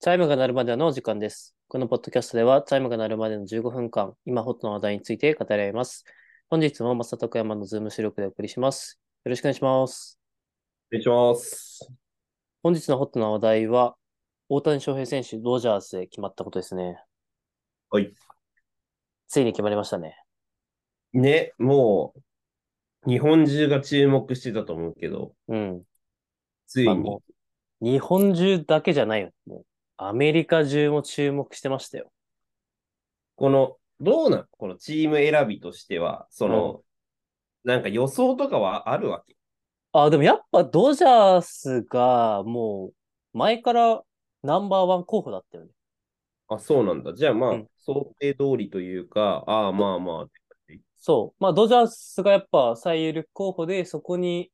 チャイムが鳴るまでのお時間です。このポッドキャストでは、チャイムが鳴るまでの15分間、今ホットな話題について語り合います。本日も正徳山のズーム収録でお送りします。よろしくお願いします。お願いします。本日のホットな話題は、大谷翔平選手、ドジャースで決まったことですね。はい。ついに決まりましたね。ね、もう、日本中が注目してたと思うけど、うん。ついまあにもう日本中だけじゃないよ。もうアメリカ中も注目してましたよ。この、どうなんこのチーム選びとしては、その、なんか予想とかはあるわけあ、でもやっぱドジャースがもう前からナンバーワン候補だったよね。あ、そうなんだ。じゃあまあ、うん想定通りというか、ああ、まあまあ、そう。まあドジャースがやっぱ最有力候補で、そこに、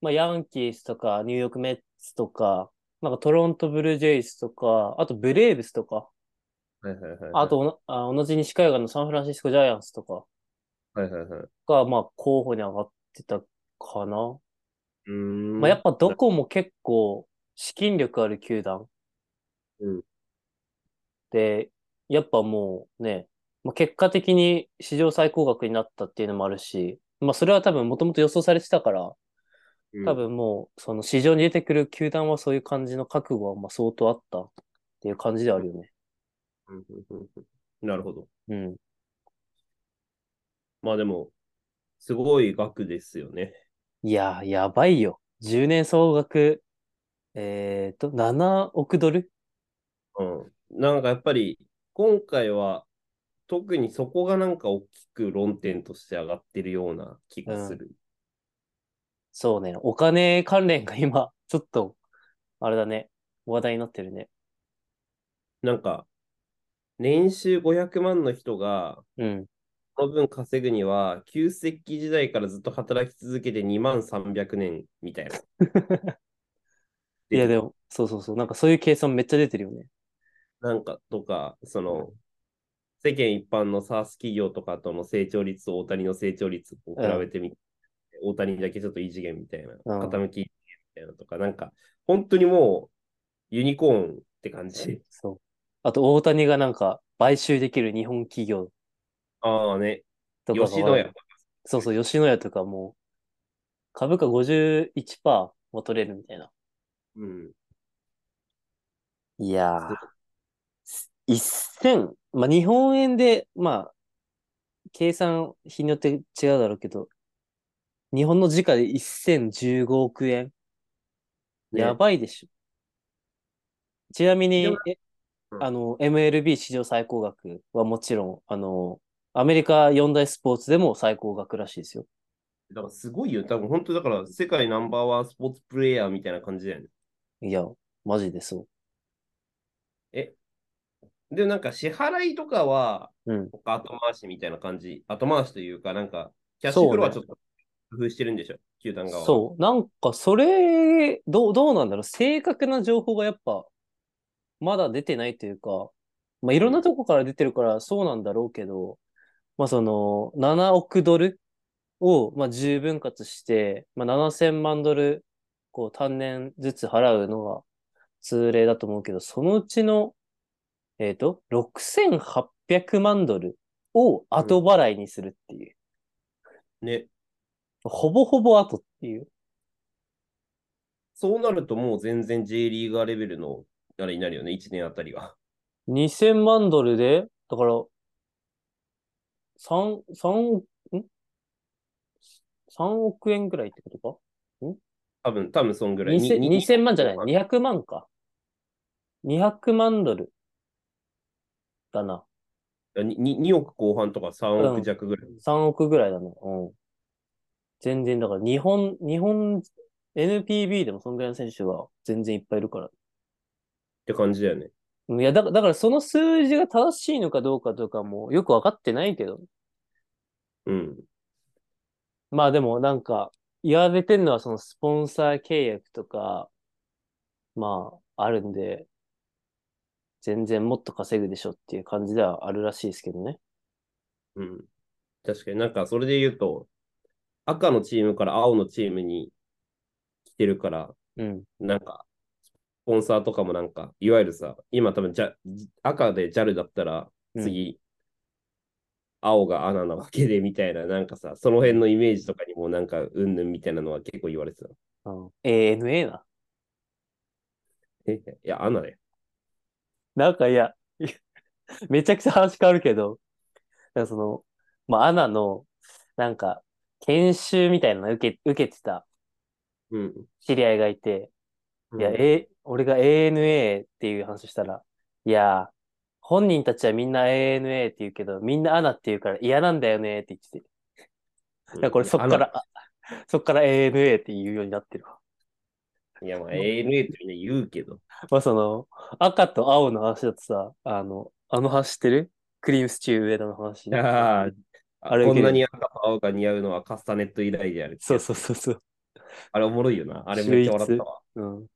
まあヤンキースとかニューヨークメッツとか、なんかトロントブルージェイズとか、あとブレーブスとか、はいはいはいはい。あとおなあ同じ西海岸のサンフランシスコジャイアンツとかはいはいはい。うがまあ候補に上がってたかな。ーん。まあ、やっぱどこも結構資金力ある球団。うんで、やっぱもうね、まあ、結果的に史上最高額になったっていうのもあるし、まあそれは多分もともと予想されてたから、うん多分もうその市場に出てくる球団はそういう感じの覚悟はまあ相当あったっていう感じではあるよね。うんうんうんうんなるほど。うん。まあでも、すごい額ですよね。いやー、やばいよ。10年総額、えっと、7億ドルうん。なんかやっぱり、今回は、特にそこがなんか大きく論点として上がってるような気がする。そうね。お金関連が今、ちょっと、あれだね。話題になってるね。なんか、年収500万の人が、うん。その分稼ぐには、旧石器時代からずっと働き続けて2万300年 みたいな。いや、でも、そうそうそう。なんかそういう計算めっちゃ出てるよね。なんかとか、その、世間一般の SARS 企業とかとの成長率と大谷の成長率を比べてみて、大谷だけちょっと異次元みたいな、うん傾きみたいなとか、なんか、本当にもう、ユニコーンって感じ。そう。あと、大谷がなんか、買収できる日本企業ああね、とかが吉野家。そうそう、吉野家とかも、株価51%も取れるみたいな。うん。いやー、1000、まあ、日本円で、まあ、計算、日によって違うだろうけど、日本の時価で1015億円。ねやばいでしょ。ちなみでにも、えうんあの、MLB 史上最高額はもちろん、あの、アメリカ四大スポーツでも最高額らしいですよ。だからすごいよ。多分本当だから世界ナンバーワンスポーツプレイヤーみたいな感じだよね。いや、マジでそでもなんか支払いとかは、う。うん。後回しみたいな感じ。後回しというか、なんか、キャッシュフローはちょっと工夫してるんでしょ、球団側は。そう。なんか、それ、どう、どうなんだろう。正確な情報がやっぱ、まだ出てないというか、まあ、いろんなとこから出てるからそうなんだろうけど、まあ、その、7億ドルを、まあ、10分割して、まあ、7000万ドル、こう、単年ずつ払うのが通例だと思うけど、そのうちの、えっと、6800万ドルを後払いにするっていう。ね。ほぼほぼ後っていう。そうなるともう全然 J リーガーレベルのあれになるよね、1年あたりは。 2000万ドルで、だから、3、3、ん ?3 億円ぐらいってこと 多分、多分そんぐからい。 2000に ?2000 万じゃない。200万か。200万ドル。だな。にに 2, 億後半とか3億弱ぐらい。 3億ぐらいだな。うん。全然、だから日本、日本、NPB でもそんぐらいの選手が全然いっぱいいるから。って感じだよね。うんいや、だから、だからその数字が正しいのかどうかとかもよくわかってないけど、うん。まあでもなんか言われてるのはそのスポンサー契約とか、まああるんで、全然もっと稼ぐでしょっていう感じではあるらしいですけどね。うん。確かになんかそれで言うと、赤のチームから青のチームに来てるから、うん。なんか、ポンサーとかもなんか、いわゆるさ、今多分じゃ赤で JAL だったら次、青が穴なわけでみたいな、なんかさ、その辺のイメージとかにもなんか、うんぬんみたいなのは結構言われてた。うん。ANA な。え、いや、穴だよ。なんかいや、 いやめちゃくちゃ話変わるけど、なんかその、まあ、アナの、なんか、研修みたいなの受け、受けてたうん。知り合いがいて、いや、うんえ、俺が ANA っていう話をしたら、いや、本人たちはみんな ANA って言うけど、みんなアナって言うから嫌なんだよねって言ってて。だからこれそっか。ら、あ そっから ANA って言うようになってるわ。穴いや、まあ ANA ってみんな言うけど。まあその、赤と青の話だとさ、あの、あの話してるクリームシチュー上田の話。ああれこんなに赤と青が似合うのはカスタネット以来である。そうそうそうそう。あれおもろいよな。あれめっちゃ笑ったわ。うん。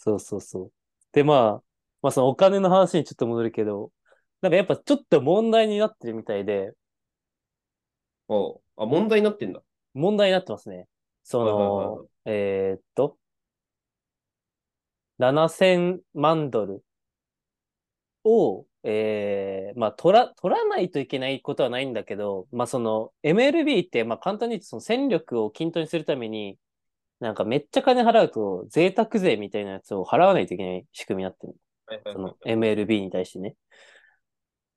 そうそうそう。で、まあ、まあそのお金の話にちょっと戻るけど、なんかやっぱちょっと問題になってるみたいで、おうあ、問題になってんだ。問題になってますね。そはいはいはいはの、えーっと、7000万ドルを、えー、まあ、取ら、取らないといけないことはないんだけど、まあ、その、MLB って、まあ、簡単に言うと、その戦力を均等にするために、なんかめっちゃ金払うと、贅沢税みたいなやつを払わないといけない仕組みになってる。その MLB に対してね。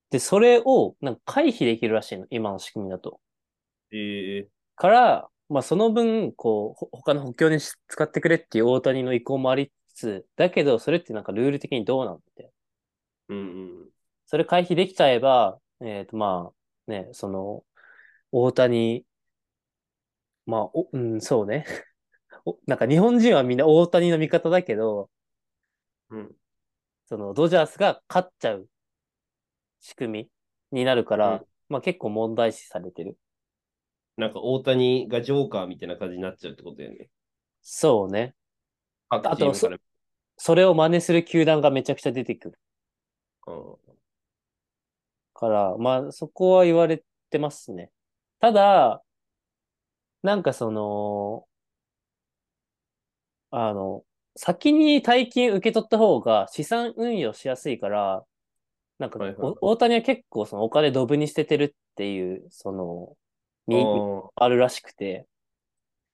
で、それを、なんか回避できるらしいの、今の仕組みだと。えから、まあ、その分、こう、ほ他の補強にし使ってくれっていう大谷の意向もありつつ、だけど、それってなんかルール的にどうなんて。ー、うんそれ回避できちゃえば、えっ、と、まあ、ね、その、大谷、まあ、お、うん、そうね。 お、なんか日本人はみんな大谷の味方だけど、うん。うん。その、ドジャースが勝っちゃう仕組みになるから、うんまあ結構問題視されてる。なんか大谷がジョーカーみたいな感じになっちゃうってことだよね。そうね。各あとチームからそれを真似する球団がめちゃくちゃ出てくる。うから、まあそこは言われてますね。ただ、なんかその、あの、先に大金受け取った方が資産運用しやすいから、なんか、はいはいはいお大谷は結構そのお金ドブに捨ててるっていう、その、ん。みああるらしくて、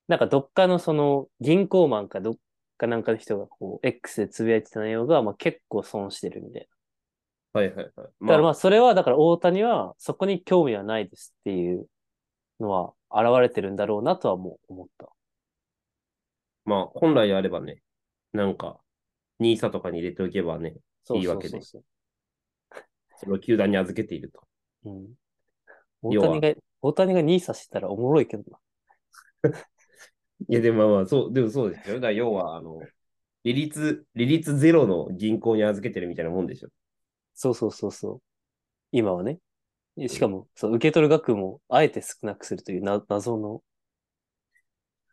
なんかどっかのその銀行マンかどっかなんかの人がこう X でつぶやいてた内容がまあ結構損してるみたいな。ーはいはいだはい。からままあ、あそれはだから大谷はそこに興味はないですっていうのは現れてるんだろうなとはもう思った。まあ、本来であればね、なんか、ニーサとかに入れておけばね、そういいそうわけそうでそう。その球団に預けているうと。ん、要大は谷が、大谷が NISA してたらおもろいけどな。いや、でもまあまあ、そう、でもそうですよ。だから要は、あの、利率、利率ゼロの銀行に預けてるみたいなもんでしょ。そうそうそうそう。今はね。しかも、そう、受け取る額もあえて少なくするというな謎のっ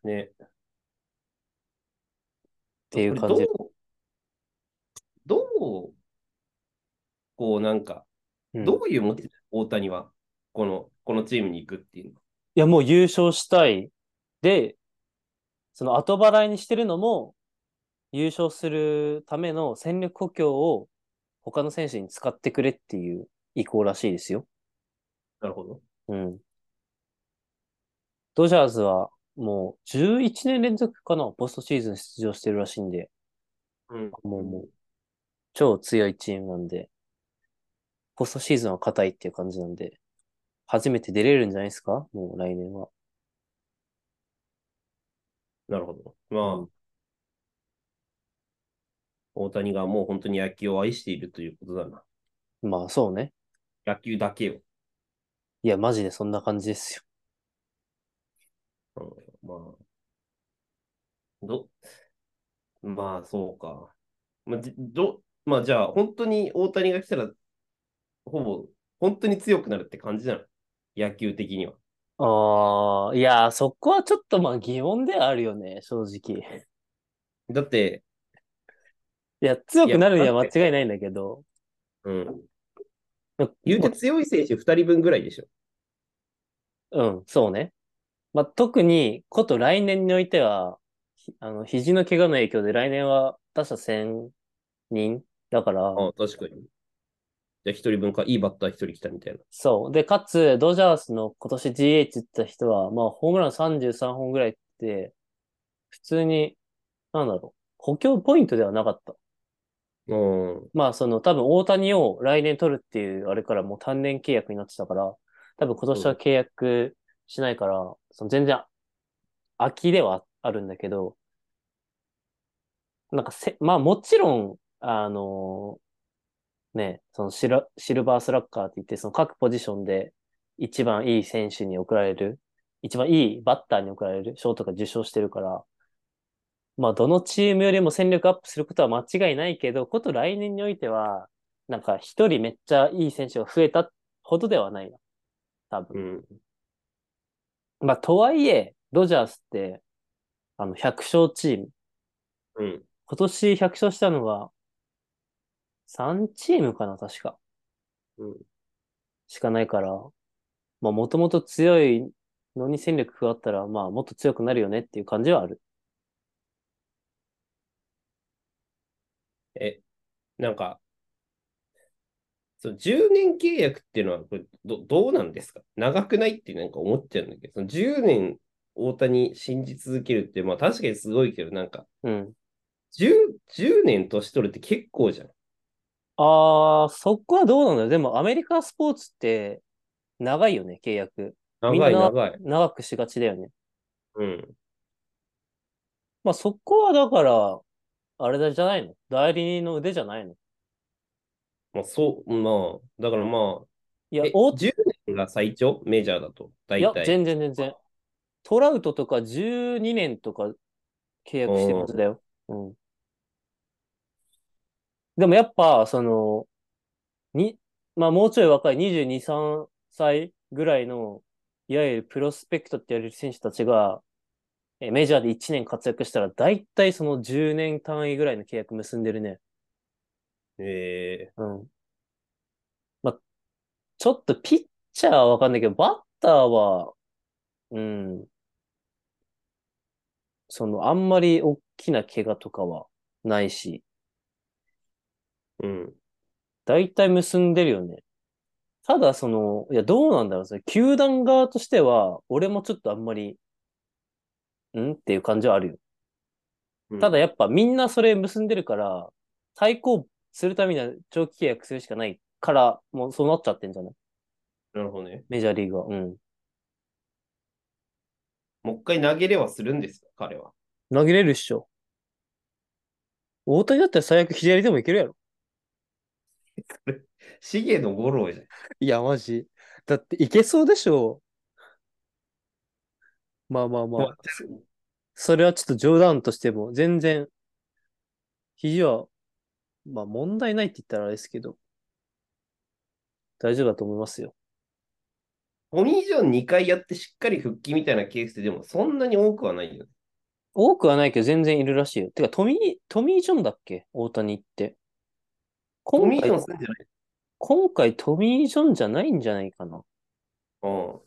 ね。っていう感じ。どう、どう、こうなんか、うんどういうもん、大谷は、この、このチームに行くっていうの。いや、もう優勝したい。で、その後払いにしてるのも、優勝するための戦力補強を他の選手に使ってくれっていう意向らしいですよ。なるほど。うん。ドジャーズはもう11年連続かな、ポストシーズン出場してるらしいんで、うん。もうもう、超強いチームなんで、ポストシーズンは硬いっていう感じなんで、初めて出れるんじゃないですかもう来年は。なるほど。まあ、うん大谷がもう本当に野球を愛しているということだな。まあそうね。野球だけを。いや、マジでそんな感じですよ。うんまあ、ど、まあ、そうか。まあ、じど、まあ、じゃあ、本当に大谷が来たら、ほぼ、本当に強くなるって感じなの野球的には。ああ、いやー、そこはちょっとまあ疑問ではあるよね、正直。だって、いや、強くなるにいやはだっ間違いないんだけど、うん。ま言うて強い選手2人分ぐらいでしょ。うん、そうね。まあ、特に、こと来年においては、ひあの、肘の怪我の影響で来年は打者1000人だから、ああ、確かに。じゃあ一人分か、いいバッター一人来たみたいな。そう。で、かつ、ドジャースの今年 GH って言った人は、まあ、ホームラン33本ぐらいって、普通に、なんだろう、補強ポイントではなかった。うん。まあ、その、多分大谷を来年取るっていう、あれからもう単年契約になってたから、多分今年は契約しないから、その全然、空きではあるんだけど、なんかせ、まあもちろん、あのね、そのシラ、シルバースラッガーって言って、その各ポジションで一番いい選手に送られる、一番いいバッターに送られる、賞とか受賞してるから、まあ、どのチームよりも戦力アップすることは間違いないけど、こと来年においては、なんか一人めっちゃいい選手が増えたほどではないな。多分。うん。まあ、とはいえ、ドジャースって、あの、100勝チーム。うん。今年100勝したのが、3チームかな、確か。うんしかないから、まあ、もともと強いのに戦力加わったら、まあ、もっと強くなるよねっていう感じはある。え、なんか、その10年契約っていうのはこれど、どうなんですか長くないってなんか思っちゃうんだけど、その10年大谷信じ続けるって、まあ確かにすごいけど、なんかうん。 10、10年年取るって結構じゃん。ああ、そこはどうなんだろう。でも、アメリカスポーツって、長いよね、契約。みんな長い長い。長くしがちだよね。うん。まあ、そこはだから、あれじゃないの代理人の腕じゃないのまあそう、まあ、だからまあ、いやえ、大10年が最長メジャーだと、い大や、体。全然全然。トラウトとか12年とか契約してるはずだよ。うん。でもやっぱ、その、に、まあもうちょい若い22、3歳ぐらいの、いわゆるプロスペクトって言われる選手たちが、えメジャーで1年活躍したら、大体その10年単位ぐらいの契約結んでるね。えうん。まあ、ちょっとピッチャーはわかんないけど、バッターは、うん。その、あんまり大きな怪我とかはないし、ー、うん。だいたい結んでるよね。ただ、その、いや、どうなんだろう。それ球団側としては、俺もちょっとあんまり、んっていう感じはあるよ。うんただ、やっぱみんなそれ結んでるから、対抗するためには長期契約するしかないから、もうそうなっちゃってんじゃないなるほどね。メジャーリーグは。うん。もう一回投げれはするんですか彼は。投げれるっしょ。大谷だったら最悪左でもいけるやろ。茂野五郎じゃん。 いや、マジ。だっていけそうでしょ。まあまあまあ。それはちょっと冗談としても、全然、肘は、まあ問題ないって言ったらあれですけど、大丈夫だと思いますよ。トミー・ジョン2回やってしっかり復帰みたいなケースで、でもそんなに多くはないよね。多くはないけど全然いるらしいよ。てか、トミー、トミー・ジョンだっけ大谷って。ト今ミー・ジョン回、するんじゃない今回トミー・ジョンじゃないんじゃないかな。うん。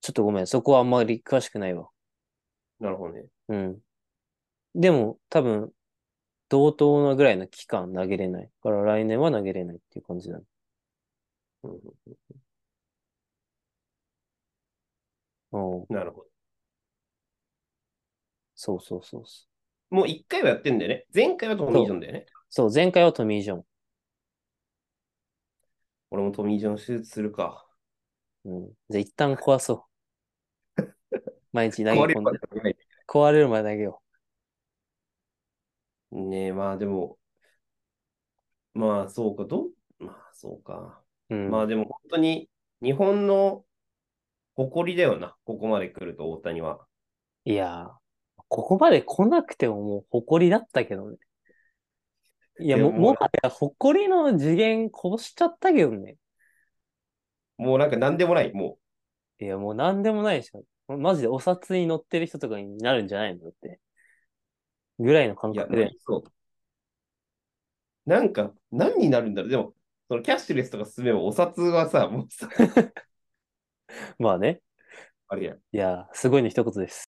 ちょっとごめん、そこはあんまり詳しくないわ。なるほどね。うん。でも、多分、同等なぐらいの期間投げれない。だから来年は投げれないっていう感じだね。うんうん。なるほど。そうそうそうそもう1回はやってんだよね。前回はトミー・ジョンだよね。う。そう、前回はトミー・ジョン。俺もトミー・ジョン手術するか。うん。じゃあ一旦壊 そう。毎日投げ壊れ込るんかで。らね壊れるまで投げよねえ、まあでも、まあそうか、どうまあそうか。う。うん。まあでも本当に日本の誇りだよな。ここまで来ると大谷は。いやー、ここまで来なくてももう誇りだったけどね。いや、いやも、ももうはや誇りの次元越しちゃったけどね。もうなんか何でもない。もいや、もう何でもないでしょ。マジでお札に載ってる人とかになるんじゃないのだって。ぐらいのう。感いや、覚で。そう。なんか、何になるんだろう。でも、そのキャッシュレスとか進めばお札はさ、もうさ、まあね。ありえん。いやー、すごいの一言です。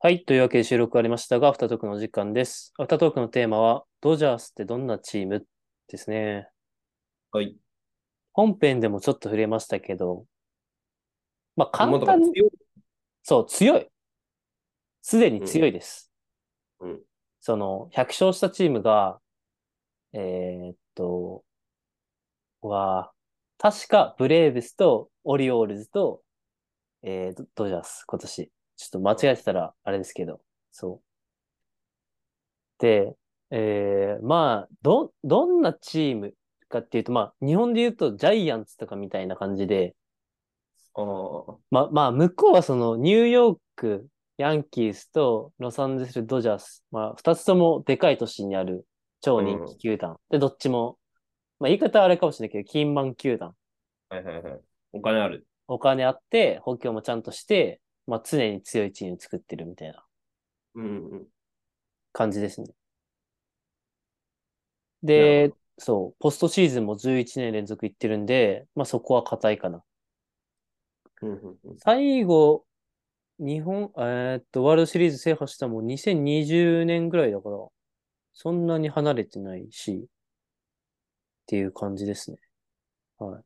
はい。というわけで収録ありましたが、アフタートークのお時間です。アフタートークのテーマは、ドジャースってどんなチームですね。はい。本編でもちょっと触れましたけど、まあ、ま簡あだから単に、強いそう、強い。すでに強いです。うんその、100勝したチームが、えーっと、は、確かブレーブスとオリオールズと、えー、ドドジャース、今年。ちょっと間違えてたらあれですけど、そう。で、えー、まあ、ど、どんなチームかっていうと、まあ、日本で言うとジャイアンツとかみたいな感じで、ああ。ま、まあ、向こうはその、ニューヨーク、ヤンキースとロサンゼルドジャース。まあ、二つともでかい都市にある超人気球団。で、どっちも、まあ、言い方はあれかもしれないけど、金満球団。はいはいはい。お金ある。お金あって、補強もちゃんとして、まあ、常に強いチーム作ってるみたいなうんうん。感じですね。なでる、そう、ポストシーズンも11年連続行ってるんで、まあ、そこは硬いかな。うんうんうん最後、日本、えーっと、ワールドシリーズ制覇したのも2020年ぐらいだから、そんなに離れてないし、っていう感じですね。はい。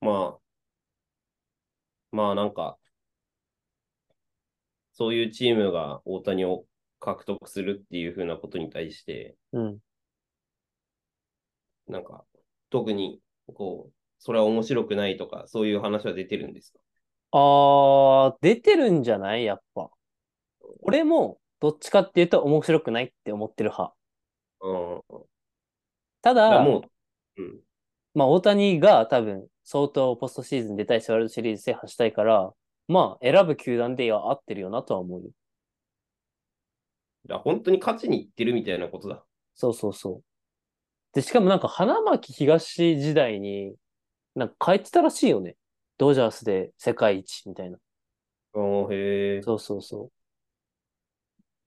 まあ、まあなんか、そういうチームが大谷を獲得するっていうふうなことに対して、うん。なんか、特に、こう、それは面白くないとか、そういう話は出てるんですかあー、出てるんじゃないやっぱ。俺も、どっちかっていうと面白くないって思ってる派。うん。ただからだ、もう、うん。まあ、大谷が多分、相当ポストシーズン出たいし、ワールドシリーズ制覇したいから、まあ、選ぶ球団では合ってるよなとは思うよ。だから本当に勝ちにいってるみたいなことだ。そうそうそう。で、しかもなんか花巻東時代に、なんか帰ってたらしいよね。ドジャースで世界一みたいな。おーへえ。そうそうそう。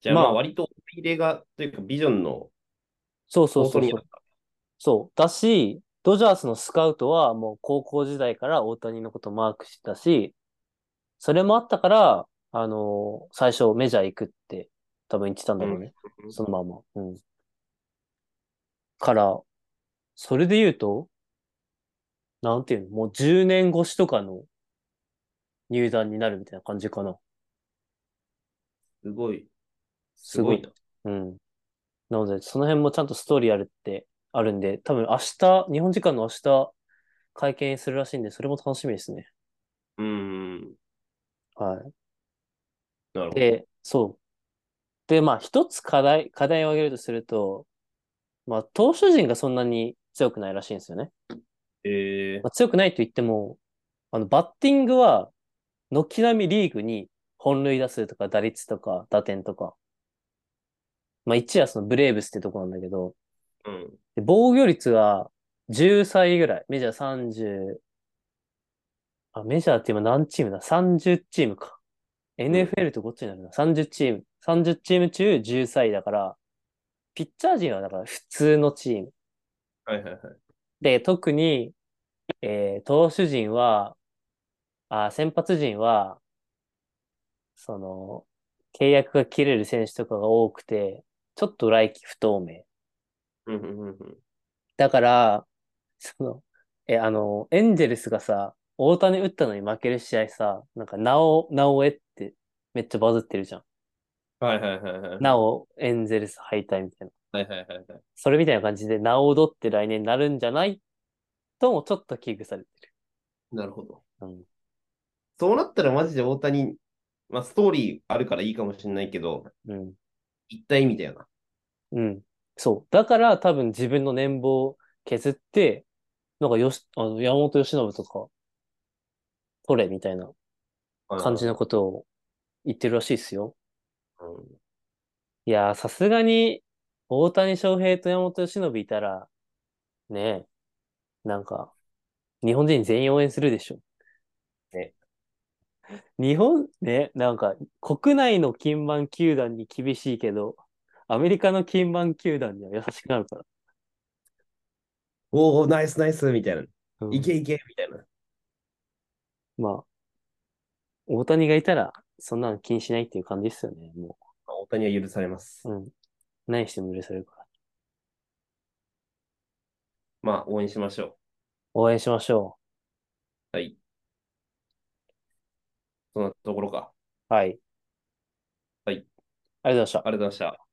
じゃあままああ割と思い入れが、というかビジョンのそうそうそ放送うにそなうっ。た。そう。だし、ドジャースのスカウトはもう高校時代から大谷のことマークしてたし、それもあったから、あのー最初メジャー行くって多分言ってたんだろうね。うんそのまま。うん。から、それで言うと、なんていうの、もう10年越しとかの入団になるみたいな感じかな。すごい。すごいな。うん。なので、その辺もちゃんとストーリーあるって、あるんで、多分明日、日本時間の明日、会見するらしいんで、それも楽しみですね。うん。はい。なるほど。で、そう。で、まあ、一つ課題、課題を挙げるとすると、まあ、投手陣がそんなに強くないらしいんですよね。えーまあ、強くないと言っても、あの、バッティングは、軒並みリーグに本塁打数とか打率とか打点とか、まあ、一はそのブレーブスってとこなんだけど、うん。で防御率は10歳ぐらい、メジャー30、あ、メジャーって今何チームだ ?30 チームか。NFL とこっちになるな。30チーム。30チーム中10歳だから、ピッチャー陣はだから普通のチーム。はいはいはい。で、特に、えー投手陣は、あー、先発陣は、その、契約が切れる選手とかが多くて、ちょっと来季不透明。うんうんうんうん。だから、その、え、あの、エンジェルスがさ、大谷打ったのに負ける試合さ、なんか、なお、なおえって、めっちゃバズってるじゃん。はいはいはいはい。なお、エンゼルス敗退みたいな。はいはいはいはい。それみたいな感じで、なおどって来年になるんじゃないとも、ちょっと危惧されてる。なるほど。うん。そうなったらマジで大谷、まあストーリーあるからいいかもしれないけど、うん。一体みたいな。うん。そう。だから多分自分の年俸を削って、なんかよし、あの、山本由伸とか、取れみたいな感じのことを言ってるらしいですよ。うん。いやー、さすがに、大谷翔平と山本由伸いたら、ねえ、なんか、日本人全員応援するでしょ。ね。日本、ね、なんか、国内の金満球団に厳しいけど、アメリカの金満球団には優しくなるから。おお、ナイスナイスみたいな。うんいけいけみたいな。まあ、大谷がいたら、そんなの気にしないっていう感じですよね。もまあ大谷は許されますう、。うん。何しても許されるから。まあ、応援しましょ応援しましょう。はい。そんなところか。う。はい。はあい。りがとうございました。ありがとうございました。